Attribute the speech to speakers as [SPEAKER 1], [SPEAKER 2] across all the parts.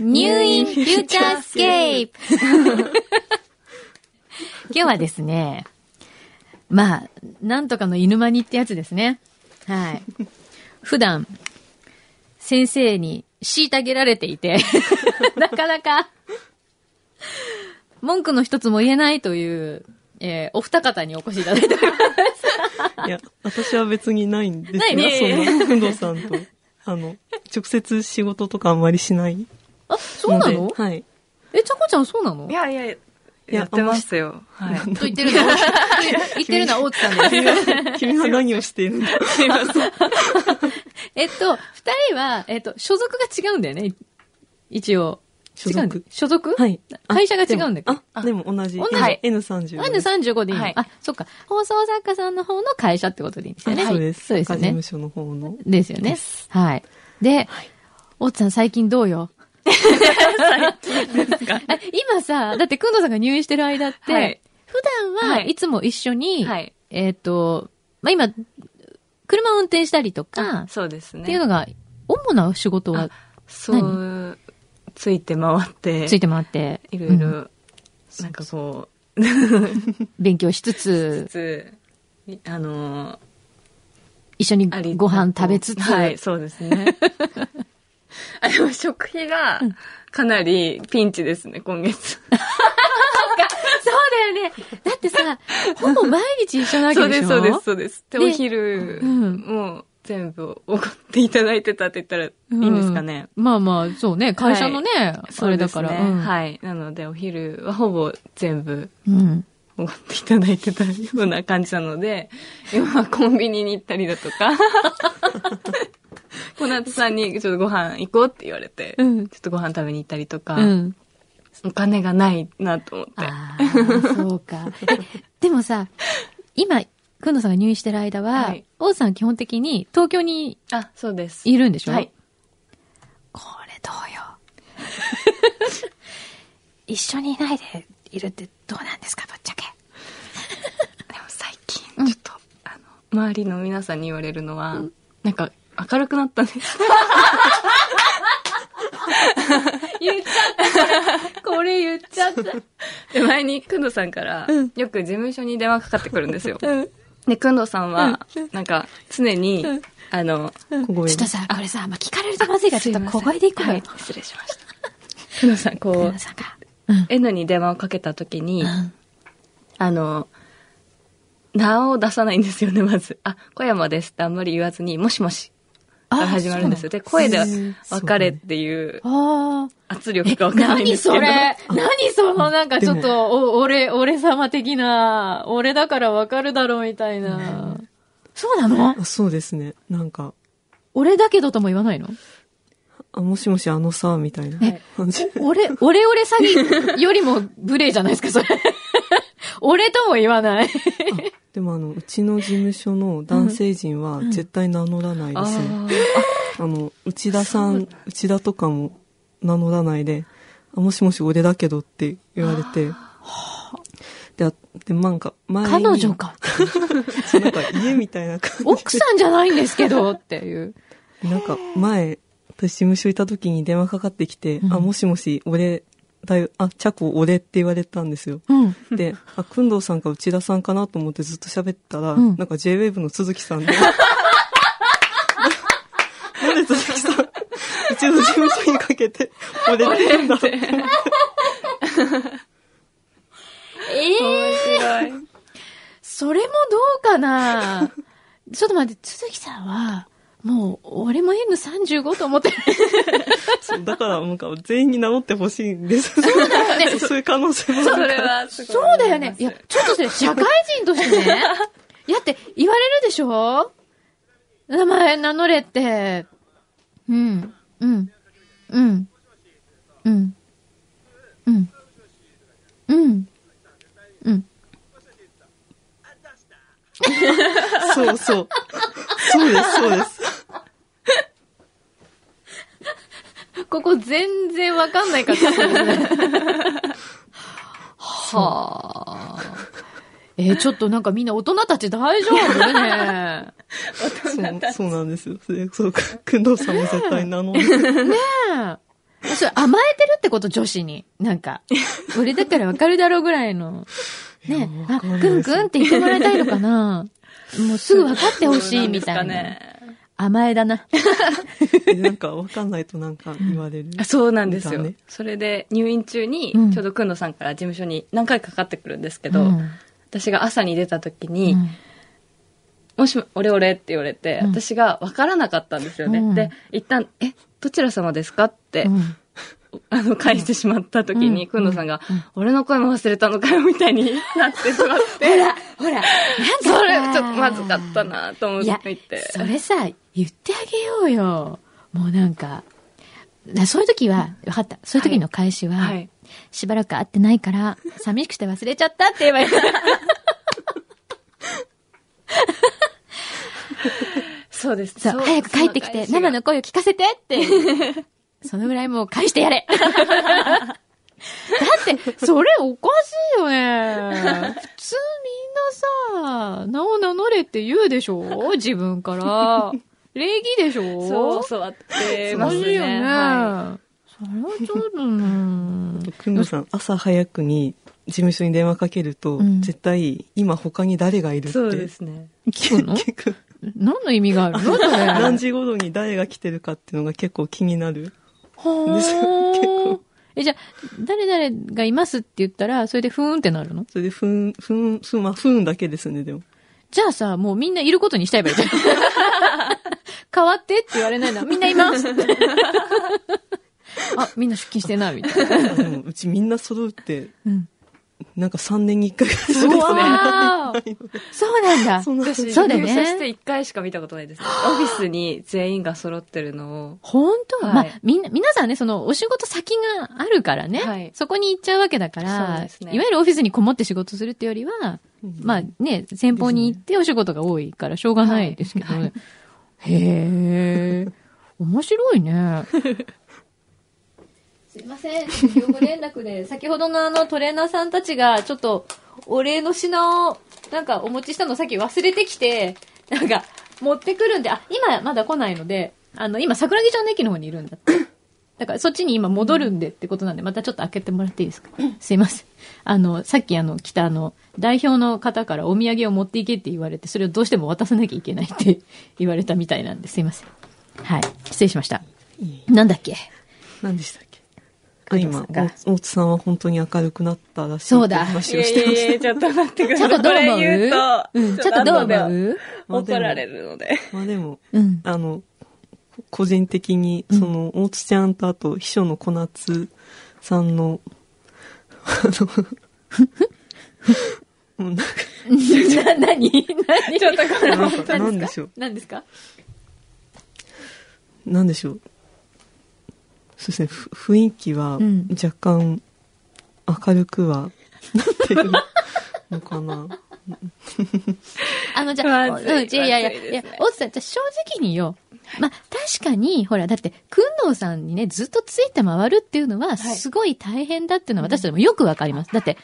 [SPEAKER 1] 入院フューチャースケ ープ今日はですね、まあ、なんとかの犬間にってやつですね。はい。普段、先生に虐げられていて、 なかなか、文句の一つも言えないという、えーお二方にお越しいただいております。
[SPEAKER 2] いや、私は別にないんですよ。
[SPEAKER 1] ないね
[SPEAKER 2] そんな、ふんどさんと。あの、直接仕事とかあんまりしないので。
[SPEAKER 1] あ、そうなの
[SPEAKER 2] はい。
[SPEAKER 1] え、ちゃこちゃんそうなの
[SPEAKER 3] いやいや、やってましたよ。はい。
[SPEAKER 1] と言ってるの は、言ってるのは大津さんです。
[SPEAKER 2] 君は何をしているんだ
[SPEAKER 1] えっと、二人は、えっと、所属が違うんだよね。一応。
[SPEAKER 2] 所
[SPEAKER 1] 違うん
[SPEAKER 2] 属
[SPEAKER 1] だ所属
[SPEAKER 2] はい。あ
[SPEAKER 1] 会社が違うんだけど。
[SPEAKER 2] あ、でも同じ。
[SPEAKER 1] 同じ
[SPEAKER 2] はい N35。
[SPEAKER 1] なんで35でいいの、
[SPEAKER 3] はい
[SPEAKER 1] あ、そっか。放送作家さんの方の会社ってことでいいんですよね。
[SPEAKER 2] そうです。
[SPEAKER 1] そうですよ
[SPEAKER 2] 赤事
[SPEAKER 1] ね
[SPEAKER 2] 務。所の方の。
[SPEAKER 1] ですよね。はい。で、おっちゃん最近どうよ 最近ですか今さ、だってくんどさんが入院してる間って、
[SPEAKER 3] はい
[SPEAKER 1] 普段は
[SPEAKER 3] はい
[SPEAKER 1] いつも一緒に、
[SPEAKER 3] はい
[SPEAKER 1] えっ、と、まあ、今、車を運転したりとか、
[SPEAKER 3] あそうですね。
[SPEAKER 1] っていうのが、主な仕事は
[SPEAKER 3] あそう、ついて回って、
[SPEAKER 1] ついて回って、
[SPEAKER 3] いろい
[SPEAKER 1] うん
[SPEAKER 3] ろ、なんかこ
[SPEAKER 1] 勉強しつ
[SPEAKER 3] う、
[SPEAKER 1] つ、
[SPEAKER 3] つつ、あの
[SPEAKER 1] 一緒に
[SPEAKER 3] ー、あり
[SPEAKER 1] ご飯食べつつ、
[SPEAKER 3] はい、そうですね。あ、でも食費が、かなりピンチですね、今月。
[SPEAKER 1] そうだよね。だって さ、ほぼ毎日一緒なわけ
[SPEAKER 3] そう
[SPEAKER 1] で
[SPEAKER 3] で
[SPEAKER 1] し
[SPEAKER 3] す、
[SPEAKER 1] ょ
[SPEAKER 3] そうです、そうです。で、
[SPEAKER 1] で
[SPEAKER 3] お昼、
[SPEAKER 1] うん
[SPEAKER 3] もう、全部、おごっていただいてたって言ったら、いいんですかね。
[SPEAKER 1] まあまあ、そうね、会社のね、あれだから。
[SPEAKER 3] そうですね
[SPEAKER 1] うん
[SPEAKER 3] はい。なので、お昼はほぼ全部、
[SPEAKER 1] うん。
[SPEAKER 3] おごっていただいてたような感じなので、今はコンビニに行ったりだとか、 小夏さんにちょっとご飯行こうって言われて、
[SPEAKER 1] うん
[SPEAKER 3] ちょっとご飯食べに行ったりとか、
[SPEAKER 1] うん。
[SPEAKER 3] お金がないなと思って。
[SPEAKER 1] ああ、そうか。えでもさ、今、くんのさんが入院してる間は、
[SPEAKER 3] はい
[SPEAKER 1] 王さん基本的に東京に
[SPEAKER 3] あ、そうです。
[SPEAKER 1] いるんでしょ
[SPEAKER 3] はい。
[SPEAKER 1] これどうよ。 一緒にいないでいるってどうなんですか、ぶっちゃけ。
[SPEAKER 3] でも最近、ちょっと、あの、周りの皆さんに言われるのは、なんか、明るくなったね。
[SPEAKER 1] 言っちゃった。これ言っちゃった。
[SPEAKER 3] で、前に、くんどさんから、よく事務所に電話かかってくるんですよ。で、くんどさんは、なんか、常に、あの、
[SPEAKER 2] 小声
[SPEAKER 1] ちょっと
[SPEAKER 2] で。
[SPEAKER 1] さ、これさ、まあ、聞かれるとまずいから、ちょっと小声でいこう
[SPEAKER 3] は
[SPEAKER 1] よ
[SPEAKER 3] い。失礼しました。くんどさん、こう
[SPEAKER 1] 皆、さんが。
[SPEAKER 3] N に電話をかけた時に、
[SPEAKER 1] うん
[SPEAKER 3] あの、名を出さないんですよね、まず。あ、小山ですってあんまり言わずに、もしもし。から始まるんですよ。で、声で別れっていう
[SPEAKER 1] ああ。
[SPEAKER 3] 圧力がわからないんで
[SPEAKER 1] 何
[SPEAKER 3] すけ
[SPEAKER 1] そ
[SPEAKER 3] ど。
[SPEAKER 1] れ何そのなんかちょっ
[SPEAKER 2] で
[SPEAKER 1] と、お、俺、俺様的な、俺だからわかるだろうみたいな。そうなの
[SPEAKER 2] あそうですね。なんか、
[SPEAKER 1] 俺だけどとも言わないの
[SPEAKER 2] あもしもしあのさ、みたいな
[SPEAKER 3] はい
[SPEAKER 2] 感じ。
[SPEAKER 1] 俺、俺俺詐欺よりも無礼じゃないですか、それ。俺とも言わない。
[SPEAKER 2] でもあの、うちの事務所の男性陣は絶対名乗らないで
[SPEAKER 3] あ
[SPEAKER 2] すね。
[SPEAKER 3] ー
[SPEAKER 2] あの、内田さん、内田とかも名乗らないで、あもしもし俺だけどって言われて、で、あで、なんか前に、
[SPEAKER 1] 彼女か。
[SPEAKER 2] そう。なんか家みたいな感
[SPEAKER 1] 奥さんじゃないんですけど、っていう。
[SPEAKER 2] じ。なんか前、私事務所いた時に電話かかってきて、
[SPEAKER 1] うん
[SPEAKER 2] あ、もしもし俺だよ、あ、チャコ俺って言われたんですよ。
[SPEAKER 1] うん。
[SPEAKER 2] で、あ、くんどうさんか内田さんかなと思ってずっと喋ったら、
[SPEAKER 1] うん
[SPEAKER 2] なんか JWAVE の鈴木さんで。 なんで鈴木さん、うちの事務所にかけて、俺って言うんだろうって。
[SPEAKER 1] ええ
[SPEAKER 3] 面白い。
[SPEAKER 1] それもどうかな ちょっと待って、鈴木さんは、もう、俺も N35 と思ってる。
[SPEAKER 2] そうだから、なんか全員に名乗ってほしいんです。そう
[SPEAKER 1] だよね
[SPEAKER 2] いう可能性もある
[SPEAKER 3] それはすご い。
[SPEAKER 1] そうだよね。いや、ちょっとそれ、社会人として ね。やって、言われるでしょ名前名乗れって。うん、うん、うん、うん、うん、うん、うん。
[SPEAKER 2] そうそう。そうです、そうです。
[SPEAKER 1] ここ全然わかんない方です ね。はあ。えーちょっとなんかみんな大人たち大丈夫ね。
[SPEAKER 2] そうそうなんですよ。でそうか、くんどうさんも絶対名乗る。
[SPEAKER 1] ねえ。それ甘えてるってこと、女子に。なんか。俺だからわかるだろうぐらい の。ね
[SPEAKER 2] いや
[SPEAKER 1] あ、
[SPEAKER 2] わかんない
[SPEAKER 1] くんくんって言ってもらいたいのかなもうすぐ分かってほしいみたいな。
[SPEAKER 3] そうなんですかね
[SPEAKER 1] 甘えだな。
[SPEAKER 2] でなんかわかんないとなんか言われる。
[SPEAKER 3] あそうなんですよ、
[SPEAKER 2] みたいね
[SPEAKER 3] それで入院中に、
[SPEAKER 1] うん
[SPEAKER 3] ちょうどくんどさんから事務所に何回かかってくるんですけど、
[SPEAKER 1] うん
[SPEAKER 3] 私が朝に出た時に「
[SPEAKER 1] うん
[SPEAKER 3] もしも俺俺」って言われて、
[SPEAKER 1] うん
[SPEAKER 3] 私が分からなかったんですよね、
[SPEAKER 1] うん
[SPEAKER 3] で一旦えどちら様ですか?」って、
[SPEAKER 1] うん
[SPEAKER 3] あの返してしまった時に、
[SPEAKER 1] うん
[SPEAKER 3] くんどさんが、俺の声も忘れたのかよ」みたいになってしまっ
[SPEAKER 1] ほ
[SPEAKER 3] て
[SPEAKER 1] ら、ほら、なんだ
[SPEAKER 3] それちょっとまずかったなと思
[SPEAKER 1] いや
[SPEAKER 3] っていて、
[SPEAKER 1] それさ、言ってあげようよ。もうなんか。なそういう時は、分かった。そういう時の返しは、
[SPEAKER 3] はい
[SPEAKER 1] しばらく会ってないから、寂しくて忘れちゃったって言えばいい。
[SPEAKER 3] そうです
[SPEAKER 1] そう、早く帰ってきて、生の声を聞かせてって。そのぐらいもう返してや れ。だって、それおかしいよね。普通みんなさ、名を名乗れって言うでしょ自分から。礼儀でしょ
[SPEAKER 3] そうそうあって
[SPEAKER 1] お
[SPEAKER 3] ま
[SPEAKER 1] か
[SPEAKER 3] す
[SPEAKER 1] し
[SPEAKER 3] ね
[SPEAKER 1] いよね。
[SPEAKER 3] は
[SPEAKER 1] それはちょっとね。
[SPEAKER 2] くんのさん、朝早くに事務所に電話かけると、
[SPEAKER 1] うん
[SPEAKER 2] 絶対今他に誰がいる
[SPEAKER 3] い
[SPEAKER 2] って。
[SPEAKER 3] そうですね
[SPEAKER 1] 聞くの
[SPEAKER 2] 結構
[SPEAKER 1] 何の意味がある のそれ。
[SPEAKER 2] 何時頃に誰が来てるかっていうのが結構気になる。結
[SPEAKER 1] はあ
[SPEAKER 2] 構。
[SPEAKER 1] え、じゃあ、誰々がいますって言ったら、それでふーんってなるの
[SPEAKER 2] それで、ふん、ふん、ふん、まあ、ふんだけですね、でも。
[SPEAKER 1] じゃあさ、もうみんないることにしちゃえばいいじゃ ん。変わってって言われないな。みんない ます。あ、みんな出勤してないみたいな。
[SPEAKER 2] あでもうちみんな揃うって、
[SPEAKER 1] うん。
[SPEAKER 2] なんか3年に1回ぐらいし
[SPEAKER 1] う
[SPEAKER 2] か
[SPEAKER 1] わーそうなんだ。
[SPEAKER 2] そんな
[SPEAKER 3] 私
[SPEAKER 1] そうだよ
[SPEAKER 3] 入社して
[SPEAKER 1] ね。
[SPEAKER 3] 1回しか見たことないです。オフィスに全員が揃ってるのを。
[SPEAKER 1] 本当、
[SPEAKER 3] は
[SPEAKER 1] まあ、
[SPEAKER 3] い
[SPEAKER 1] みんな、皆さんね、その、お仕事先があるからね、
[SPEAKER 3] はい
[SPEAKER 1] そこに行っちゃうわけだか
[SPEAKER 3] そう
[SPEAKER 1] ら
[SPEAKER 3] で、すね
[SPEAKER 1] いわゆるオフィスにこもって仕事するってよりは、まあね、先方に行ってお仕事が多いからしょうがないですけど、ねへえ、面白いね。 すいません、業務連絡で、先ほどのあのトレーナーさんたちが、ちょっと、お礼の品を、なんかお持ちしたのさっき忘れてきて、なんか、持ってくるんで、あ、今まだ来ないので、あの、今桜木町の駅の方にいるんだって。だからそっちに今戻るんでってことなんで、またちょっと開けてもらっていいですか すいません。あの、さっきあの、来たあの、代表の方からお土産を持っていけって言われて、それをどうしても渡さなきゃいけないって 言われたみたいなんで、すいません。はい。失礼しました。なんだっけ
[SPEAKER 2] 何でしたっけあ
[SPEAKER 1] 工藤さ
[SPEAKER 2] 今
[SPEAKER 1] んが、
[SPEAKER 2] 大津さんは本当に明るくなったらしい
[SPEAKER 1] そうだ
[SPEAKER 2] って話をしてました。
[SPEAKER 3] ちょっと待ってくだ
[SPEAKER 1] ちょっとどう思ううん、ちょっとどう
[SPEAKER 3] 後で
[SPEAKER 1] 思う
[SPEAKER 3] 怒られるの で。
[SPEAKER 2] まあでも、
[SPEAKER 1] うん。
[SPEAKER 2] あの、こ個人的に、その、大津ちゃんとあと、秘書の小夏さんの、あの、 もうなんか
[SPEAKER 1] な、なになに
[SPEAKER 3] ちょっとこれ、
[SPEAKER 2] なんか、なん
[SPEAKER 1] 何
[SPEAKER 2] で
[SPEAKER 1] で
[SPEAKER 2] し
[SPEAKER 1] す
[SPEAKER 2] ょ
[SPEAKER 1] か
[SPEAKER 2] う。
[SPEAKER 1] 何ですか
[SPEAKER 2] なんでしょう。そうですね、ふ雰囲気は
[SPEAKER 1] うん、
[SPEAKER 2] 若干、明るくは、なってるのかな。
[SPEAKER 1] あの、じゃあ、
[SPEAKER 3] ま
[SPEAKER 1] うん、
[SPEAKER 3] ず
[SPEAKER 1] い
[SPEAKER 3] い
[SPEAKER 1] やいやい
[SPEAKER 3] まずい
[SPEAKER 1] や、いや、
[SPEAKER 3] ですね
[SPEAKER 1] 大津さん、じゃあ正直によ。まあ、確かに、ほら、だって、くんどうさんにね、ずっとついて回るっていうのは、すごい大変だっていうのは、私たちもよくわかります。だって、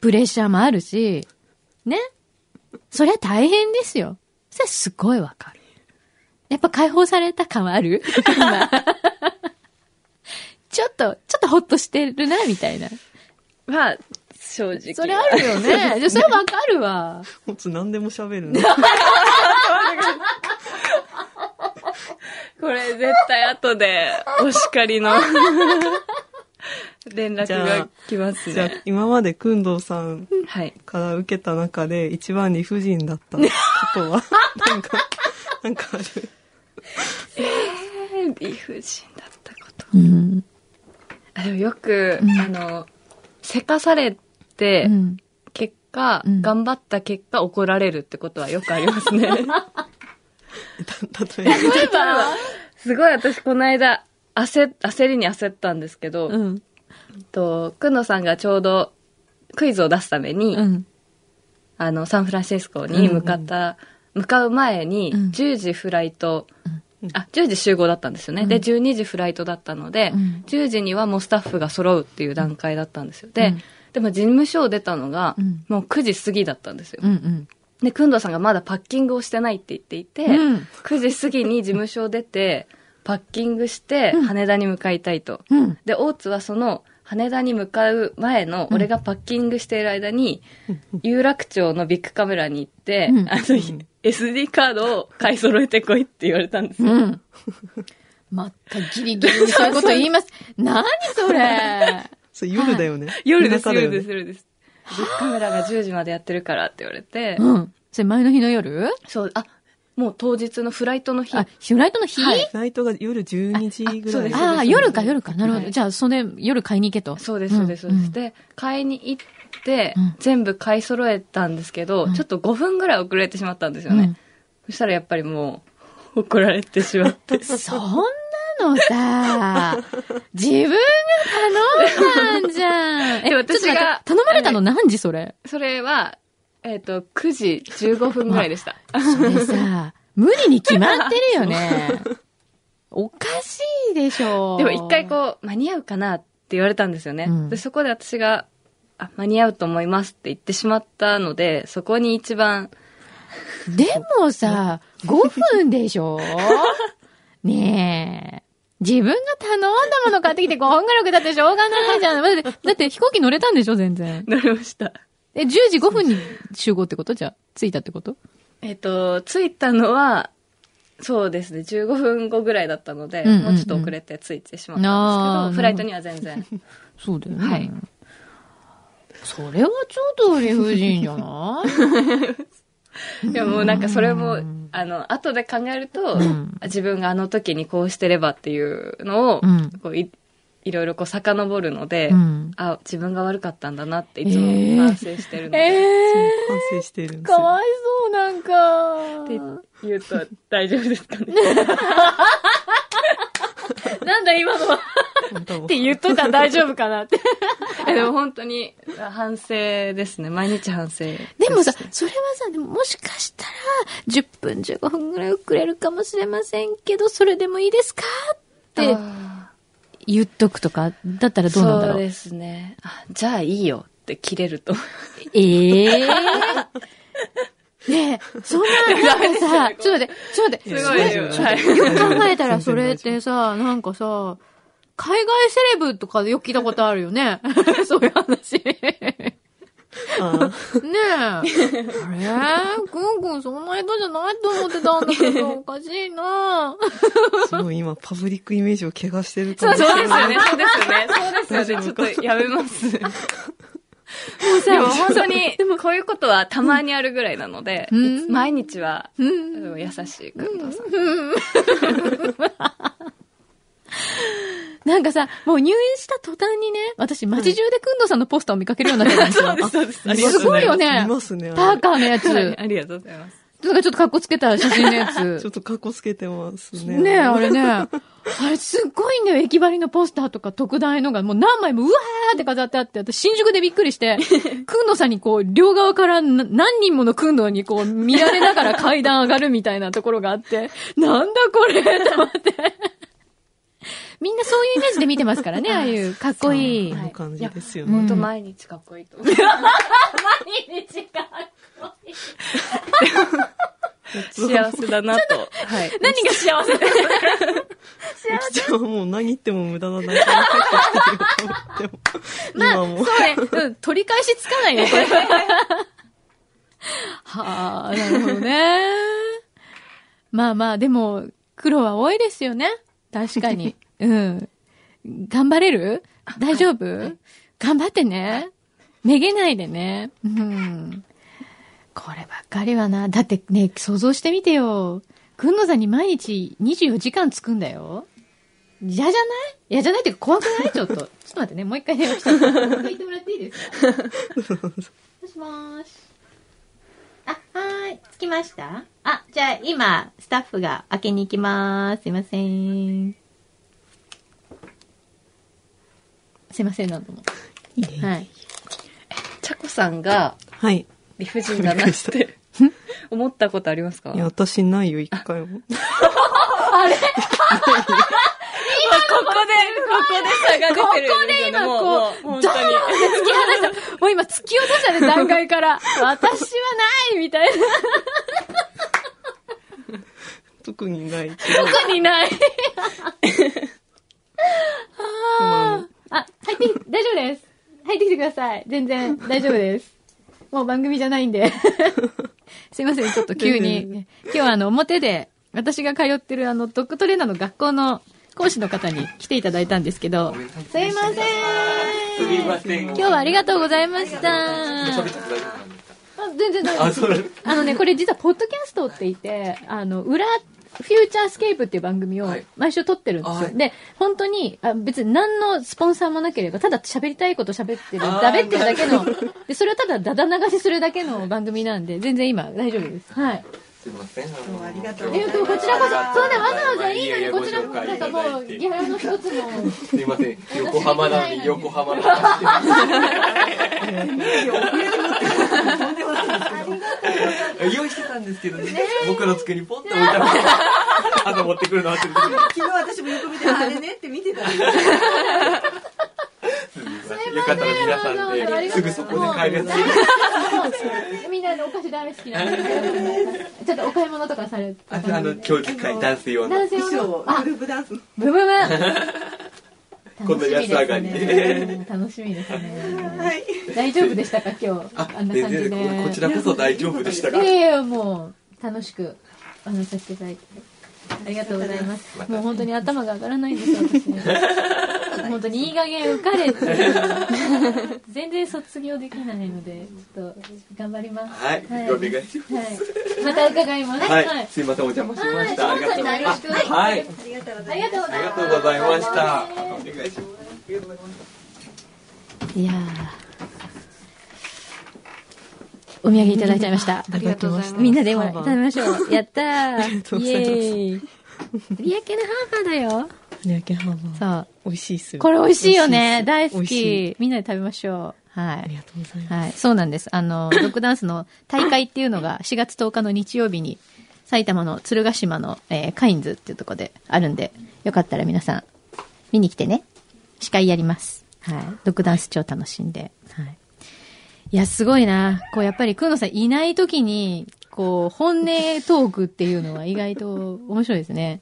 [SPEAKER 1] プレッシャーもあるし、ね。そりゃ大変ですよ。それはすごいわかる。やっぱ解放された感はあ る 今。ちょっと、ちょっとほっとしてるな、みたいな。
[SPEAKER 3] まあ、正直。
[SPEAKER 1] それあるよね。でそれわかる わ。
[SPEAKER 2] 大津何でも喋るね。
[SPEAKER 3] これ絶対後で、お叱りの連絡が来ます
[SPEAKER 2] じゃあ
[SPEAKER 3] ね。、
[SPEAKER 2] 今まで、くんどうさん
[SPEAKER 3] はい。
[SPEAKER 2] から受けた中で一番理不尽だったことは、なんか、なんかある。
[SPEAKER 3] 理不尽だったこと。
[SPEAKER 1] うん。
[SPEAKER 3] あでもよく、
[SPEAKER 1] うん
[SPEAKER 3] あの、せかされて、
[SPEAKER 1] うん。
[SPEAKER 3] 結果、
[SPEAKER 1] うん
[SPEAKER 3] 頑張った結果怒られるってことはよくありますね。
[SPEAKER 2] 例えば、
[SPEAKER 1] 例えば、
[SPEAKER 3] すごい私この間、焦、焦りに焦ったんですけど、
[SPEAKER 1] うん。
[SPEAKER 3] と、くのさんがちょうどクイズを出すために、
[SPEAKER 1] うん。
[SPEAKER 3] あの、サンフランシスコに向かった、向かう前に、
[SPEAKER 1] うん
[SPEAKER 3] 10時フライト、
[SPEAKER 2] うん
[SPEAKER 3] あ、10時集合だったんですよね。
[SPEAKER 1] うん
[SPEAKER 3] で、12時フライトだったので、
[SPEAKER 1] うん
[SPEAKER 3] 10時にはもうスタッフが揃うっていう段階だったんですよ。で、
[SPEAKER 1] うん
[SPEAKER 3] でも事務所を出たのが、
[SPEAKER 1] うん
[SPEAKER 3] もう9時過ぎだったんですよ。
[SPEAKER 1] うん
[SPEAKER 3] で、くんどうさんがまだパッキングをしてないって言っていて、
[SPEAKER 1] うん
[SPEAKER 3] 9時過ぎに事務所を出て、パッキングして
[SPEAKER 1] うん
[SPEAKER 3] 羽田に向かいたいと。
[SPEAKER 1] うん。
[SPEAKER 3] で、大津はその羽田に向かう前の、
[SPEAKER 1] うん
[SPEAKER 3] 俺がパッキングしている間に、有楽町のビッグカメラに行って、
[SPEAKER 1] うん
[SPEAKER 3] あの、SD カードを買い揃えてこいって言われたんですよ。
[SPEAKER 1] うん。またギリギリにそういうこと言います。何それ
[SPEAKER 2] それ夜だよね。
[SPEAKER 3] 夜です、
[SPEAKER 2] 田舎だ
[SPEAKER 3] 夜
[SPEAKER 2] よね
[SPEAKER 3] です、夜です。ビッグカメラが10時までやってるからって言われて、
[SPEAKER 1] うん。それ前の日の夜
[SPEAKER 3] そう、あ、もう当日のフライトの日。
[SPEAKER 1] あ、フライトの日、
[SPEAKER 3] はい
[SPEAKER 2] ナイトが夜12時ぐ
[SPEAKER 3] そう
[SPEAKER 2] ら
[SPEAKER 3] で
[SPEAKER 2] い
[SPEAKER 3] す
[SPEAKER 1] ああ、夜か夜か。なるほど。
[SPEAKER 3] はい
[SPEAKER 1] じゃあ、それ、夜買いに行けと。
[SPEAKER 3] そうです、そうです、そううんで
[SPEAKER 1] うん
[SPEAKER 3] す。で、買いに行って
[SPEAKER 1] うん、
[SPEAKER 3] 全部買い揃えたんですけど、
[SPEAKER 1] うん
[SPEAKER 3] ちょっと5分ぐらい遅れてしまったんですよ
[SPEAKER 1] う
[SPEAKER 3] ね。
[SPEAKER 1] ん
[SPEAKER 3] そしたらやっぱりもう、怒られてしまって。
[SPEAKER 1] そんなの さ、自分が頼んだんじ ゃん。
[SPEAKER 3] で私
[SPEAKER 1] ちょっと待っ
[SPEAKER 3] が
[SPEAKER 1] て頼まれたの何時それ
[SPEAKER 3] それは、えっ、と、9時15分ぐらい でした。
[SPEAKER 1] それさ、無理に決まってるよね。 おかしいでしょ。
[SPEAKER 3] でも一回こう、間に合うかなって言われたんですよね。
[SPEAKER 1] うん
[SPEAKER 3] で、そこで私が、あ、間に合うと思いますって言ってしまったので、そこに一番、
[SPEAKER 1] でもさ、5分でし ょねえ。自分が頼んだもの買ってきて5分ぐらいだってしょうがないじゃん。だってだって飛行機乗れたんでしょ全然。
[SPEAKER 3] 乗りました。
[SPEAKER 1] え、10時5分に集合ってことじゃあ、着いたってこと
[SPEAKER 3] えっ、と、着いたのは、そうですね、15分後ぐらいだったので、
[SPEAKER 1] うんうんうん
[SPEAKER 3] もうちょっと遅れて着いてしまったん
[SPEAKER 1] あー
[SPEAKER 3] ですけど、フライトには全 然。
[SPEAKER 1] そうだよ
[SPEAKER 3] ね
[SPEAKER 1] はい。それはちょっと理不尽じゃない
[SPEAKER 3] いやもうなんかそれ
[SPEAKER 1] う
[SPEAKER 3] も
[SPEAKER 1] ん、
[SPEAKER 3] あの、後で考えると
[SPEAKER 1] うん、
[SPEAKER 3] 自分があの時にこうしてればっていうのを
[SPEAKER 1] うん、
[SPEAKER 3] こういいろいろこう遡るので、
[SPEAKER 1] ん。
[SPEAKER 3] あ、自分が悪かったんだなっていつも
[SPEAKER 1] えー
[SPEAKER 3] 反省してるの
[SPEAKER 1] え
[SPEAKER 3] で、
[SPEAKER 2] 反省してる
[SPEAKER 1] ー、
[SPEAKER 2] んです
[SPEAKER 1] かわ
[SPEAKER 2] よ。
[SPEAKER 1] いそうなんか。
[SPEAKER 3] って言うと大丈夫ですかね。
[SPEAKER 1] なんだ今のは。
[SPEAKER 2] 本当
[SPEAKER 1] って言っといたら大丈夫かなって。
[SPEAKER 3] えでも本当に反省ですね。毎日反省すね。
[SPEAKER 1] でもさ、それはさ、でももしかしたら、10分15分ぐらい遅れるかもしれませんけど、それでもいいですかって
[SPEAKER 3] あ
[SPEAKER 1] 言っとくとか、だったら
[SPEAKER 3] ー、
[SPEAKER 1] どうなんだ
[SPEAKER 3] そう
[SPEAKER 1] ろう。
[SPEAKER 3] ですね。あじゃあいいよって切れると。
[SPEAKER 1] ええー。 ねえ、そんな、なんか さ、ちょっと待って、ちょっと待って、
[SPEAKER 2] ご
[SPEAKER 3] す
[SPEAKER 1] それ
[SPEAKER 2] い
[SPEAKER 1] ち
[SPEAKER 2] よ
[SPEAKER 1] ょっと待って
[SPEAKER 2] はい
[SPEAKER 1] よく考えたら
[SPEAKER 2] 全然
[SPEAKER 1] それってさ、なんかさ、海外セレブとかでよく聞いたことあるよね。 そういう話。
[SPEAKER 2] あ
[SPEAKER 1] ねえ。あれ くんくんそんな人じゃないと思ってたんだけど、おかしいな
[SPEAKER 2] ーすごい今、パブリックイメージを怪我してるかもしれ
[SPEAKER 3] そ
[SPEAKER 2] な
[SPEAKER 3] う
[SPEAKER 2] い
[SPEAKER 3] ですよね。そうですよ
[SPEAKER 2] 大丈
[SPEAKER 3] ね。そうですよね。ちょっ
[SPEAKER 2] 夫か
[SPEAKER 3] とやめます。 で
[SPEAKER 1] さ
[SPEAKER 3] も本当に、こういうことはたまにあるぐらいなので、
[SPEAKER 1] うん
[SPEAKER 3] いつ毎日は、
[SPEAKER 1] うん。
[SPEAKER 3] うん優しい工藤さん。
[SPEAKER 1] なんかさ、もう入院した途端にね、私街中でくんどさんのポスターを見かけるようになってたんですよ。
[SPEAKER 3] そうです
[SPEAKER 2] ありがとう
[SPEAKER 1] すごいよね
[SPEAKER 2] いますね。あれ
[SPEAKER 1] パーカーのやつ。
[SPEAKER 3] はいありがとうございます。
[SPEAKER 1] なんかちょっと格好つけた写真のやつ
[SPEAKER 2] ちょっ。と格好つけてますね。
[SPEAKER 1] ねえ、あれね。あれすっごいんだよ、駅張りのポスターとか特大のが、もう何枚もうわーって飾ってあって、私新宿でびっくり して、くんどさんにこう、両側からな何人ものくんどにこう、見られながら階段上がるみたいなところがあって、なんだこれと思って。みんなそういうイメージで見てます からね、ああいう、かっこいい。
[SPEAKER 2] この感じですよ
[SPEAKER 1] い
[SPEAKER 2] ね。
[SPEAKER 3] 本当
[SPEAKER 1] うん
[SPEAKER 3] 毎日かっこいいと思う。
[SPEAKER 1] 毎日かっこいい。
[SPEAKER 3] 幸せだなと。はい。
[SPEAKER 1] 何が幸せ
[SPEAKER 2] ゆきちゃんはもう何言っても無駄だな。帰ってきてるよと思っても。
[SPEAKER 1] まあ、
[SPEAKER 2] 今も。
[SPEAKER 1] そうね。うん、取り返しつかない ね、これ。はあ、なるほどね。まあまあ、でも、苦労は多いですよね。確か に。うん。頑張れる大丈夫、頑張ってね。めげないでね。うん。こればっかりはな。だってね、想像してみてよ。くんのさんに毎日24時間つくんだよ。嫌じゃない嫌じゃないっていうか怖くないちょっと。ちょっと待ってね、もう一回電話して。もう一回言ってもらっていいですかもしもーし。あ、はーい。着きましたあ、じゃあ今、スタッフが開けに行きまーす。すいません。すいません、なんとも。はい。
[SPEAKER 3] ちゃこさんが
[SPEAKER 2] はい。
[SPEAKER 3] 理不尽だなって、思ったことありますか
[SPEAKER 2] いや、私ないよ、一回も。
[SPEAKER 3] ここで、ここで差が出てる。
[SPEAKER 1] ここで今こう
[SPEAKER 3] もう、もう本
[SPEAKER 1] ドーンって突
[SPEAKER 3] 当に。
[SPEAKER 1] き放した。もう今突き落と したね、段階から。私はないみたいな。
[SPEAKER 2] 特にないけど、
[SPEAKER 1] 特にない。
[SPEAKER 2] でもあの
[SPEAKER 1] あ、入ってき、大丈夫です。入ってきてください。全然大丈夫です。もう番組じゃないんで。 すいません、ちょっと急
[SPEAKER 2] 全
[SPEAKER 1] に。今日はあの、表で、私が通ってるあの、ドッグトレーナーの学校の講師の方に来ていただいたんですけど、すいません。
[SPEAKER 4] せん
[SPEAKER 1] 今日はありがとうございました。あ全然大丈夫です。
[SPEAKER 4] れ
[SPEAKER 1] あのね、これ実は、ポッドキャストって言って、あの、裏、フューチャースケープっていう番組を
[SPEAKER 4] はい
[SPEAKER 1] 毎週撮ってるんですよ。
[SPEAKER 4] はい
[SPEAKER 1] で、本当にあ、別に何のスポンサーもなければ、ただ喋りたいこと喋ってる、
[SPEAKER 4] あー
[SPEAKER 1] だべってるだけの、で、それをただだだ流しするだけの番組なんで、全然今大丈夫です。はい。
[SPEAKER 4] すいません。ありがと
[SPEAKER 1] えっと、こちらこそ、そうね、わざわざいいのに、こちらも、
[SPEAKER 4] も
[SPEAKER 1] なんかもう、ギャラの一 つも。
[SPEAKER 4] すいません。横浜なのに横浜なのに。用意してたんですけどね。僕の机にポンと置いたの。朝持ってくるの忘れて
[SPEAKER 5] 昨日私も横見て、あれねって見てた。
[SPEAKER 4] た。よかったら皆さんですぐそこで帰るやつ。
[SPEAKER 1] みんなでお菓子大好きなんで、ちょっとお買い物とかされて。
[SPEAKER 4] ああの教育会ダンス用の
[SPEAKER 1] 男性
[SPEAKER 5] 衣
[SPEAKER 1] 用
[SPEAKER 5] 装、
[SPEAKER 1] の
[SPEAKER 5] グ
[SPEAKER 1] あ、
[SPEAKER 5] ループダンスの。
[SPEAKER 1] ブブブ
[SPEAKER 4] こんな安上がりで。
[SPEAKER 1] 楽しみですね。
[SPEAKER 5] はい。
[SPEAKER 1] 大丈夫でしたか今日。
[SPEAKER 4] あ
[SPEAKER 1] あんな
[SPEAKER 4] 全
[SPEAKER 1] 感じ
[SPEAKER 4] 然
[SPEAKER 1] で。
[SPEAKER 4] ここちらこそ大丈夫でしたが
[SPEAKER 1] い。やいや、もう、楽しくお話しさせていただいて。ありがとうございます。もう本当に頭が上がらないんですよ、私ね。本当にいい加減受かれって。全然卒業できないので、ちょっと頑張ります。
[SPEAKER 4] はい、
[SPEAKER 1] はい
[SPEAKER 4] お願いします。
[SPEAKER 1] はい。また伺います。
[SPEAKER 4] はい、すいません、お邪魔しました。ありがとうございます。はい、
[SPEAKER 1] ありがとうご
[SPEAKER 4] あ
[SPEAKER 1] ざ
[SPEAKER 4] り
[SPEAKER 1] い
[SPEAKER 4] が
[SPEAKER 1] ます
[SPEAKER 4] とうございました。お願いします。
[SPEAKER 1] いやーお土産いただいちゃいました。
[SPEAKER 2] ありがとうございます。
[SPEAKER 1] みんなでも
[SPEAKER 2] サ
[SPEAKER 1] い
[SPEAKER 2] ー
[SPEAKER 1] た
[SPEAKER 2] バ
[SPEAKER 1] だきま
[SPEAKER 2] ー
[SPEAKER 1] しょ う。やった
[SPEAKER 2] りがと
[SPEAKER 1] ー
[SPEAKER 2] う
[SPEAKER 1] イ
[SPEAKER 2] ご
[SPEAKER 1] エ
[SPEAKER 2] ざいます
[SPEAKER 1] ーイ有明のハーバーだよ。
[SPEAKER 2] 有明ハーバー。
[SPEAKER 1] そう。
[SPEAKER 2] 美味しいっすよ。
[SPEAKER 1] これ美味しいよね。
[SPEAKER 2] 美
[SPEAKER 1] 大
[SPEAKER 2] 味しい
[SPEAKER 1] 好
[SPEAKER 2] です美味し
[SPEAKER 1] き。みんなで食べましょう。は
[SPEAKER 2] あり
[SPEAKER 1] い。
[SPEAKER 2] がとうございます。
[SPEAKER 1] はい。そうなんです。あ の、ドッグダンスの大会っていうのが4月10日の日曜日に埼玉の鶴ヶ島の、えーカインズっていうとこであるんで、よかったら皆さん見に来てね。司会やります。はい。ドッグダンス超楽しんで。はい。いや、すごいな。こう、やっぱり、くんのさんいないときに、こう、本音トークっていうのは意外と面白いですね。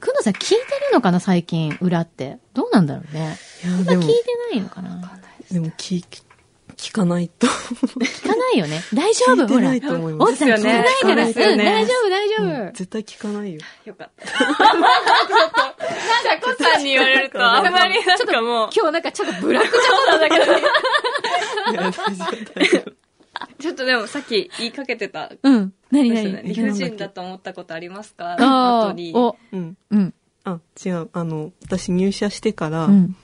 [SPEAKER 1] くんのさん聞いてるのかな最近、裏って。どうなんだろうね。
[SPEAKER 2] いや、
[SPEAKER 1] そ
[SPEAKER 2] で
[SPEAKER 1] んな聞
[SPEAKER 2] も
[SPEAKER 1] い、てないのかな
[SPEAKER 2] でも聞、聞かないと。
[SPEAKER 1] 聞かないよね。大丈夫
[SPEAKER 2] 聞い
[SPEAKER 1] ほら。
[SPEAKER 2] てないと思いま
[SPEAKER 1] おっ
[SPEAKER 2] す。
[SPEAKER 1] さん聞いてないから、
[SPEAKER 3] ですよ
[SPEAKER 1] うん、
[SPEAKER 3] ね
[SPEAKER 1] 大丈夫、大丈夫。
[SPEAKER 2] うん絶対聞かないよ。
[SPEAKER 3] よかった。なんか、コさんに言われると、あんまりなんかもう、
[SPEAKER 1] 今日なんかちょっとブラックジャムなんだけど、
[SPEAKER 2] いや大丈夫大丈夫
[SPEAKER 3] ちょっとでもさっき言いかけてた。
[SPEAKER 1] うん。なになに
[SPEAKER 3] 理不尽だと思ったことありますか
[SPEAKER 1] あ
[SPEAKER 3] 後に
[SPEAKER 1] あ、。お、
[SPEAKER 2] うん。
[SPEAKER 1] うん。
[SPEAKER 2] あ、違う。あの、私入社してから、
[SPEAKER 1] うん。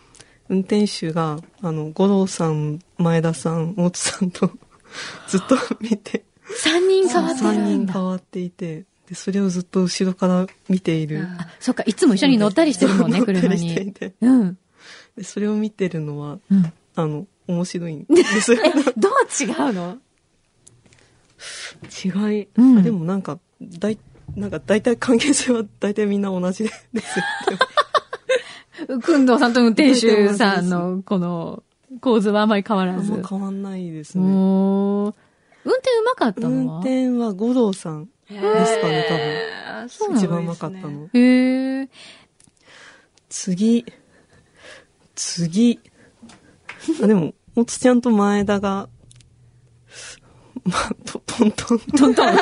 [SPEAKER 2] 運転手が、あの、五郎さん、前田さん、大津さんと、 ずっと見て、
[SPEAKER 1] 三人変わってる
[SPEAKER 2] 3
[SPEAKER 1] んだ。
[SPEAKER 2] 人変わっていて、で、それをずっと後ろから見ている。
[SPEAKER 1] あそっか、いつも一緒に乗ったりしてるもんね、
[SPEAKER 2] 乗ったり
[SPEAKER 1] 車
[SPEAKER 2] してい
[SPEAKER 1] に
[SPEAKER 2] て。
[SPEAKER 1] うん。
[SPEAKER 2] で、それを見てるのは、
[SPEAKER 1] うん。
[SPEAKER 2] あの、面白いん です。
[SPEAKER 1] どう違うの
[SPEAKER 2] 違い、
[SPEAKER 1] うん
[SPEAKER 2] あでもなんか、だい、なんか大体関係性は大体みんな同じ です。
[SPEAKER 1] くんどうさんと運転手さんの、この、構図はあまり変わ
[SPEAKER 2] あ
[SPEAKER 1] ら
[SPEAKER 2] ん
[SPEAKER 1] ず。
[SPEAKER 2] ま変わんないですね。
[SPEAKER 1] おー運転うまかった
[SPEAKER 2] 運
[SPEAKER 1] のは
[SPEAKER 2] 転は五郎さん、
[SPEAKER 3] へ
[SPEAKER 2] ですかね多分
[SPEAKER 3] ーそうなんです
[SPEAKER 2] 一
[SPEAKER 3] かね、多分。
[SPEAKER 2] 番うまかったの。。
[SPEAKER 1] へえ。
[SPEAKER 2] 次、次、あ、でも、おつちゃんと前田が、まあ、と、トントン、トントン、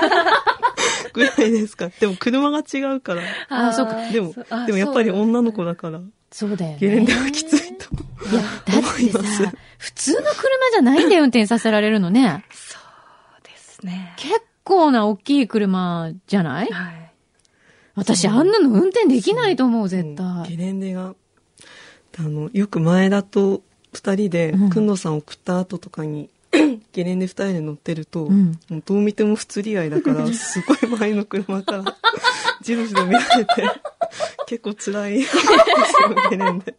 [SPEAKER 2] ぐらいですか。でも、車が違うから。
[SPEAKER 1] あー、そうか。
[SPEAKER 2] でも
[SPEAKER 3] そうあ、
[SPEAKER 2] でもやっぱり
[SPEAKER 3] そう
[SPEAKER 2] 女
[SPEAKER 3] なんですね
[SPEAKER 2] の子だから、
[SPEAKER 1] そうだよね。
[SPEAKER 2] ゲレンデはきついと。
[SPEAKER 1] いや、だって
[SPEAKER 2] 思います
[SPEAKER 1] さ、普通の車じゃないんだよ、運転させられるのね。
[SPEAKER 3] そうですね。
[SPEAKER 1] 結構な大きい車じゃない
[SPEAKER 3] はい。
[SPEAKER 1] 私、あんなの運転できないと思う、絶
[SPEAKER 2] うんゲ
[SPEAKER 1] 対。
[SPEAKER 2] レンデが、あの、よく前田と二人で
[SPEAKER 1] うん、
[SPEAKER 2] くんどさん送った後とかに、 ゲレンデ二人で乗ってると、
[SPEAKER 1] うん
[SPEAKER 2] もうどう見ても不釣り合いだから、すごい前の車 から、じろじろ見られて、結構辛 いですよ、ゲレンデ。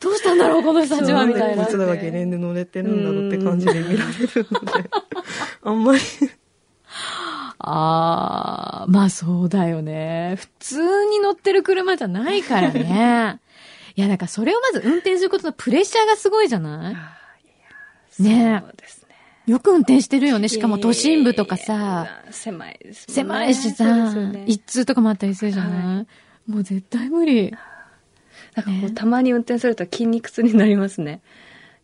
[SPEAKER 1] どうしたんだろう、この人たちは、みたいな
[SPEAKER 2] こ。いつらがゲレンデ乗れてるんだろうって感じで見られるので、あんまり、
[SPEAKER 1] あー、まあそうだよね。普通に乗ってる車じゃないから ね。いや、だからそれをまず運転することのプレッシャーがすごいじゃない
[SPEAKER 3] あーいや
[SPEAKER 1] ねえ
[SPEAKER 3] そうですね。
[SPEAKER 1] よく運転してるよね。しかも都心部とかさ、
[SPEAKER 3] えー、狭いですもんね。
[SPEAKER 1] 狭いし
[SPEAKER 3] そうで
[SPEAKER 1] さ
[SPEAKER 3] すよ、ね
[SPEAKER 1] 一通とかもあったりするじゃない、もう絶対無理。
[SPEAKER 3] なんかこう、たまに運転すると筋肉痛になりますね。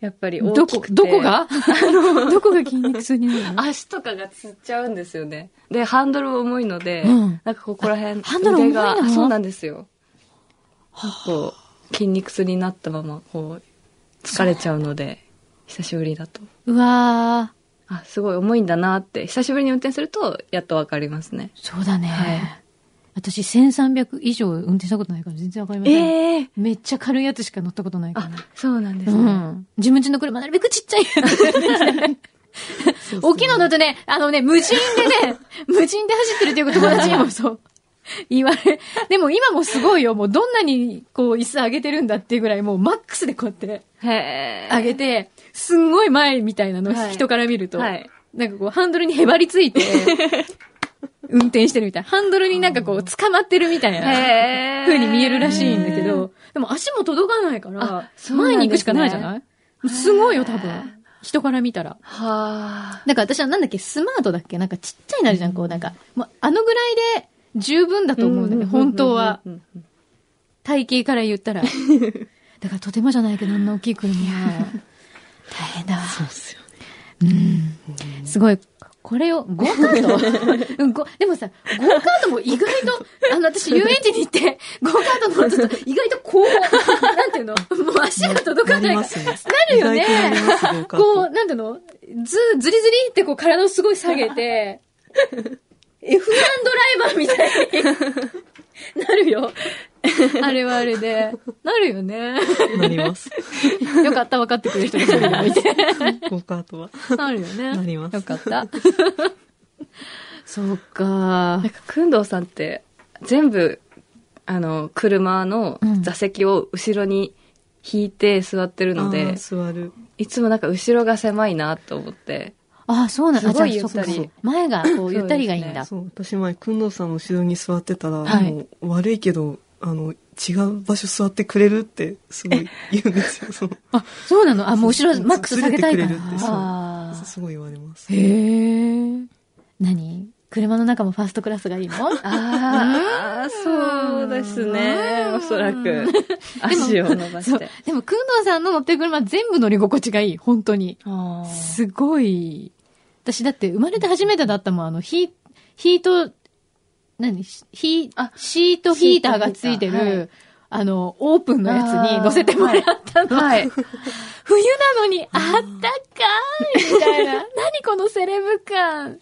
[SPEAKER 3] やっぱり大
[SPEAKER 1] ど
[SPEAKER 3] き
[SPEAKER 1] こ
[SPEAKER 3] く、て。
[SPEAKER 1] どこが どこが筋肉痛になるの
[SPEAKER 3] 足とかがつっちゃうんですよね。で、ハンドル重いので、
[SPEAKER 1] うん
[SPEAKER 3] なんかここら辺、
[SPEAKER 1] ハンドル重いの
[SPEAKER 3] 腕があそうなんですよ。こう、筋肉痛になったまま、こう、疲れちゃうので、久しぶりだと。
[SPEAKER 1] うわー。
[SPEAKER 3] あ、すごい重いんだなって、久しぶりに運転すると、やっとわかりますね。
[SPEAKER 1] そうだね。
[SPEAKER 3] はい
[SPEAKER 1] 私、1300以上運転したことないから全然わかりません。
[SPEAKER 3] ええ
[SPEAKER 1] めっちゃ軽いやつしか乗ったことないから
[SPEAKER 3] あ
[SPEAKER 1] ね。、
[SPEAKER 3] そうなんです
[SPEAKER 1] う
[SPEAKER 3] ね。
[SPEAKER 1] ん。自分家の車なるべくちっちゃいやつ。大きいのだとね、あのね、無人で ね、無人で走ってるっていう友達にもそう。言われ、でも今もすごいよ。もうどんなにこう椅子上げてるんだっていうぐらいもうマックスでこうやって
[SPEAKER 3] へえ。
[SPEAKER 1] 上げて、すんごい前みたいなの、
[SPEAKER 3] はい
[SPEAKER 1] 人から見ると、
[SPEAKER 3] はい
[SPEAKER 1] なんかこうハンドルにへばりつい て、運転してるみたいな。ハンドルになんかこう捕まってるみたいな
[SPEAKER 3] へえ。
[SPEAKER 1] 風に見えるらしいんだけど、でも足も届かないか
[SPEAKER 3] あ
[SPEAKER 1] ら、
[SPEAKER 3] そうなんですね
[SPEAKER 1] 前に行くしかないじゃないすごいよ、多分。人から見たら。
[SPEAKER 3] はあ。
[SPEAKER 1] だから私はなんだっけ、スマートだっけなんかちっちゃいなるじゃん、こうなんか。もうあのぐらいで十分だと思うんだけど、本当は
[SPEAKER 3] う。んうんうんうん。
[SPEAKER 1] 体型から言った ら。だからとてもじゃないけど、あんな大きい車は。大変だわ。そうすうん。すごい。これを、ゴーカ ートうん、ご、でもさ、ゴーカートも意外と、あの、私遊園地に行って、ゴーカート乗ると意外とこう、なんていうのもう足が届かな
[SPEAKER 2] なり
[SPEAKER 1] いか
[SPEAKER 2] ま
[SPEAKER 1] ら。
[SPEAKER 2] すね。
[SPEAKER 1] なるよね
[SPEAKER 2] 意外となります、合格
[SPEAKER 1] こう、なんていうのず、ずりずりってこう体をすごい下げて、F1 ドライバーみたいになるよ。あれはあれで。なるよね。
[SPEAKER 2] なります。
[SPEAKER 1] よかった、分かってくれる人が一人でもいて。
[SPEAKER 2] ゴーカートは。
[SPEAKER 1] なるよね。
[SPEAKER 2] なります
[SPEAKER 1] よかった。そうか
[SPEAKER 3] なん。か、くんどうさんって、全部、あの、車の
[SPEAKER 1] うん
[SPEAKER 3] 座席を後ろに引いて座ってるので、
[SPEAKER 2] あー座る。
[SPEAKER 3] いつもなんか後ろが狭いなと思って。
[SPEAKER 1] あ、そうなんだ。あ
[SPEAKER 3] すごい
[SPEAKER 1] じゃあそっか
[SPEAKER 3] ゆったり
[SPEAKER 1] 前がこう、ゆったりがいいん
[SPEAKER 3] そうで
[SPEAKER 1] だ。
[SPEAKER 2] そう、私前、くんどうさんの後ろに座ってたら、
[SPEAKER 1] はい
[SPEAKER 2] もう悪いけど、あの、違う場所座ってくれるって、すごい言うんですよ。その
[SPEAKER 1] あ、そうなのあ、もう後ろ
[SPEAKER 2] そう
[SPEAKER 1] マックス下げたいか
[SPEAKER 2] ずれてくれるってそ
[SPEAKER 1] ら
[SPEAKER 2] う。
[SPEAKER 3] あー
[SPEAKER 2] すごい言われます。
[SPEAKER 1] へえ。何車の中もファーストクラスがいいの
[SPEAKER 3] あー、そうですね。おそらく。足を伸ば
[SPEAKER 1] そ
[SPEAKER 3] し
[SPEAKER 1] う
[SPEAKER 3] て。。
[SPEAKER 1] でも、くんどうさんの乗ってる車全部乗り心地がいい。本当に。
[SPEAKER 3] あー
[SPEAKER 1] すごい。私だって生まれて初めてだったもん。あの、ヒヒート、何ヒ
[SPEAKER 3] あ
[SPEAKER 1] シートヒーターがついてる、
[SPEAKER 3] シートヒーターは
[SPEAKER 1] あの、オープンのやつに乗せてもらったの。
[SPEAKER 3] はい。
[SPEAKER 1] 冬なのにあったかいみたい な。何このセレブ感。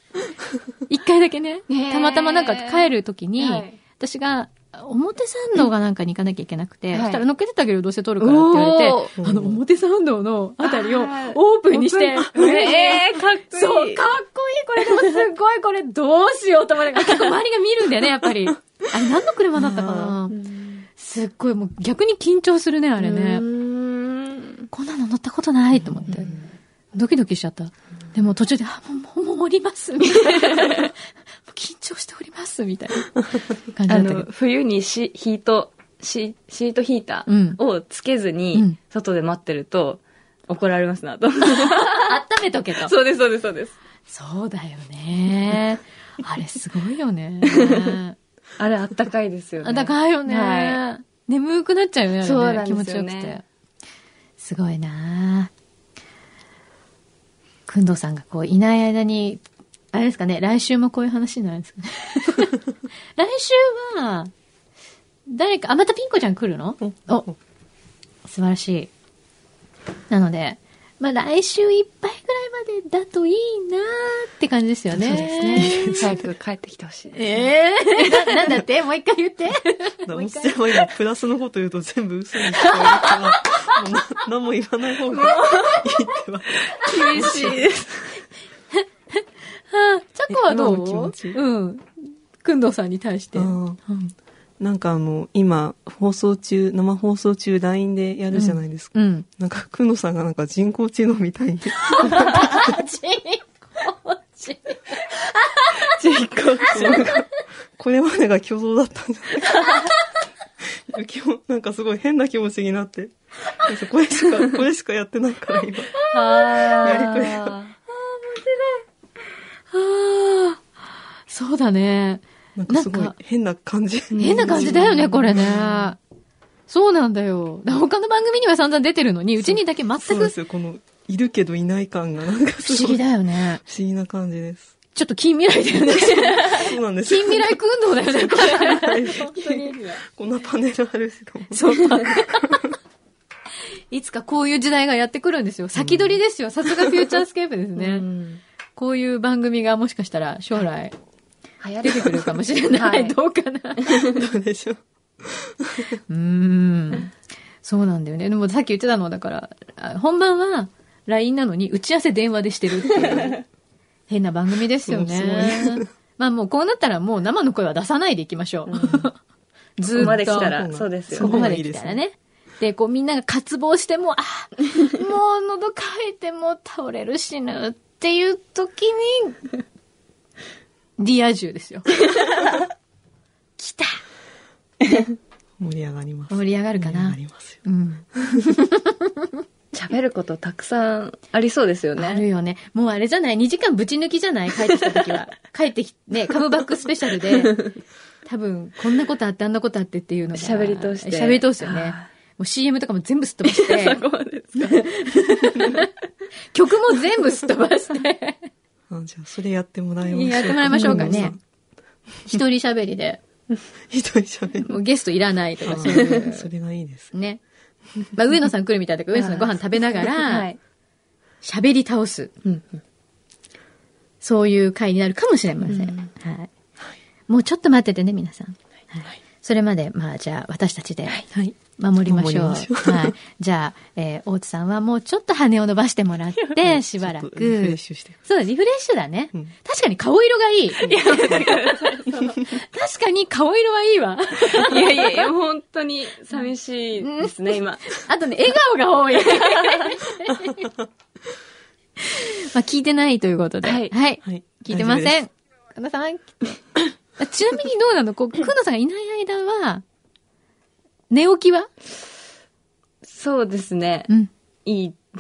[SPEAKER 1] 一回だけね
[SPEAKER 3] ねえ、
[SPEAKER 1] たまたまなんか帰るときに、
[SPEAKER 3] はい
[SPEAKER 1] 私が、表参道がなんかに行かなきゃいけなくて、
[SPEAKER 3] はい
[SPEAKER 1] そしたら乗っけてたけどどうせ撮るからって言われて
[SPEAKER 2] お、ー
[SPEAKER 1] あの、表参道のあたりを
[SPEAKER 3] あー
[SPEAKER 1] オープンにして、 え
[SPEAKER 3] えー、かっ
[SPEAKER 1] ーそう、かっこいいこれでもすごいこれどうしようと思って、結構周りが見るんだよね、やっぱり。あれ何の車だったかなすっごいもう逆に緊張するね、あれね。こんなの乗ったことないと思って。ドキドキしちゃった。でも途中で、あ、もう、もう降ります、みたいな。もう緊張しております、みたいな感じだ
[SPEAKER 3] あ
[SPEAKER 1] ったけ
[SPEAKER 3] の、
[SPEAKER 1] ど。
[SPEAKER 3] 冬にシヒート、シシートヒータ
[SPEAKER 1] うん
[SPEAKER 3] ーをつけず
[SPEAKER 1] う
[SPEAKER 3] に
[SPEAKER 1] ん、
[SPEAKER 3] 外で待ってると、怒られますなと。
[SPEAKER 1] 温めとけと。
[SPEAKER 3] そうです、そうです、そうです。
[SPEAKER 1] そうだよね。あれすごいよね。
[SPEAKER 3] あれ、あったかいですよね。
[SPEAKER 1] あったかいよね。
[SPEAKER 3] は
[SPEAKER 1] 眠くなっちゃうよね、あれね
[SPEAKER 3] そうなんです
[SPEAKER 1] 気
[SPEAKER 3] よね
[SPEAKER 1] 持ちよくて。すごいなくんどうさんがこういない間に、あれですかね、来週もこういう話になるんですか ね。来週は、誰か、あ、またピンコちゃん来るの
[SPEAKER 2] お
[SPEAKER 1] お、素晴らしい。なので、まあ来週いっぱいぐらいまでだといいなって感じですよね。
[SPEAKER 2] そうですね
[SPEAKER 3] 早く帰ってきてほしいです。
[SPEAKER 1] ええ ななんだってもう一回言って。
[SPEAKER 2] だから、おっちゃんは今、プラスのこと言うと全部嘘に聞こえるから、もうな何も言わない方がいいってば。
[SPEAKER 3] 厳しい です。
[SPEAKER 1] チャコはど
[SPEAKER 2] え今の気持
[SPEAKER 1] う
[SPEAKER 2] ち
[SPEAKER 1] うん。くんどうさんに対して。
[SPEAKER 2] うん
[SPEAKER 1] うん
[SPEAKER 2] なんかあの、今、放送中、生放送中 LINE でやるじゃないですか。
[SPEAKER 1] うん。
[SPEAKER 2] なんか、くのさんがなんか人工知能みたいに。
[SPEAKER 1] ちこち。
[SPEAKER 2] 人工知能が。これまでが虚像だったんじゃない今日なんかすごい変な気持ちになって。これしか、これしかやってないから今。
[SPEAKER 3] あ
[SPEAKER 2] やりとり
[SPEAKER 3] ー
[SPEAKER 1] ああ、そうだね。
[SPEAKER 2] なんかすご
[SPEAKER 1] ないんか
[SPEAKER 2] 変な感じ。
[SPEAKER 1] 変な感じだよね、これね。そうなんだよ。だから他の番組には散々出てるのに、うちにだけ全
[SPEAKER 2] そうで
[SPEAKER 1] く
[SPEAKER 2] すよ、この、いるけどいない感がなんか
[SPEAKER 1] 不思
[SPEAKER 2] すごい
[SPEAKER 1] 議だよね。
[SPEAKER 2] 不思議な感じです。
[SPEAKER 1] ちょっと近未来だよね。
[SPEAKER 2] そうなんです
[SPEAKER 1] 近未来運動だよね、これ。
[SPEAKER 2] 本当に。こんなパネルあるしかも。
[SPEAKER 1] そうだ。いつかこういう時代がやってくるんですよ。先取りですよ。さすがフューチャースケープですね。こういう番組がもしかしたら将来
[SPEAKER 3] 流行
[SPEAKER 1] 出てくるかもしれない。
[SPEAKER 3] はい
[SPEAKER 1] どうかな。
[SPEAKER 2] どうでしょう。
[SPEAKER 1] うーん。そうなんだよね。でもさっき言ってたのは、だから、あ本番は LINE なのに打ち合わせ電話でしてるっていう、変な番組ですよ
[SPEAKER 2] も
[SPEAKER 1] ね。まあもうこうなったらもう生の声は出さないでいきましょう。 ずーっと。
[SPEAKER 3] ここまで来た
[SPEAKER 2] ずっ
[SPEAKER 3] ら、
[SPEAKER 2] と
[SPEAKER 3] そうです
[SPEAKER 1] そ
[SPEAKER 3] よ
[SPEAKER 1] こ
[SPEAKER 2] う
[SPEAKER 1] ま
[SPEAKER 3] ね。
[SPEAKER 1] で来たらね。で、こうみんなが渇望してもう、あもう喉乾いてもう倒れる死ぬっていう時に、リア充ですよ。来た
[SPEAKER 2] 盛り上がります。
[SPEAKER 1] 盛り上がるかな
[SPEAKER 2] 盛り上がりますよ。
[SPEAKER 1] うん。
[SPEAKER 3] 喋ることたくさんありそうですよ
[SPEAKER 1] あ
[SPEAKER 3] ね。
[SPEAKER 1] るよね。もうあれじゃない ?2 時間ぶち抜きじゃない帰ってきた時 は。帰ってき、ね、カムバックスペシャル で、多分、こんなことあって、あんなことあってっていうのが。
[SPEAKER 3] 喋り通して
[SPEAKER 1] 喋り通してね。もう CM とかも全部すっ飛ば して、
[SPEAKER 3] こまでですか
[SPEAKER 1] 曲も全部すっ飛ばして。
[SPEAKER 2] あじゃあ、それやってもらいましょうか。
[SPEAKER 1] やってもらいましょうかね
[SPEAKER 2] 近藤さん。
[SPEAKER 1] 一人喋りで、
[SPEAKER 2] 一人喋る。
[SPEAKER 1] もうゲストいらないとか
[SPEAKER 2] あ
[SPEAKER 1] そうい。
[SPEAKER 2] ーそうれがいいです。
[SPEAKER 1] ね。まあ、上野さん来るみたいだけど、上野さんのご飯食べなが
[SPEAKER 3] は
[SPEAKER 1] ら
[SPEAKER 3] い、。
[SPEAKER 1] 喋り倒す。そういう回になるかもしれません。はい。もうちょっと待っててね、皆さん。はい。それまで、まあ、じゃあ、私たちで
[SPEAKER 2] はい。
[SPEAKER 1] 守りましょう。
[SPEAKER 2] 守りましょう
[SPEAKER 1] はい。じゃあ、えー大津さんはもうちょっと羽を伸ばしてもら って、しばら
[SPEAKER 2] ちょっとリフレッ
[SPEAKER 1] く。
[SPEAKER 2] シュして。
[SPEAKER 1] そう、リフレッシュだね。
[SPEAKER 2] うん
[SPEAKER 1] 確かに顔色がいい。確かに顔色はいい わ。
[SPEAKER 3] いやいやいや、本当に寂しいですね、今。
[SPEAKER 1] あとね、笑顔 が多い。まあ、聞いてないということで。
[SPEAKER 3] はい
[SPEAKER 1] はい。
[SPEAKER 2] はい
[SPEAKER 1] 聞いてませ
[SPEAKER 2] 大丈夫
[SPEAKER 1] ん。神田さんは聞いてあちなみにどうなのこう、久野さんがいない間は、寝起きは
[SPEAKER 3] そうですね
[SPEAKER 1] う。ん。
[SPEAKER 3] いい。
[SPEAKER 6] 「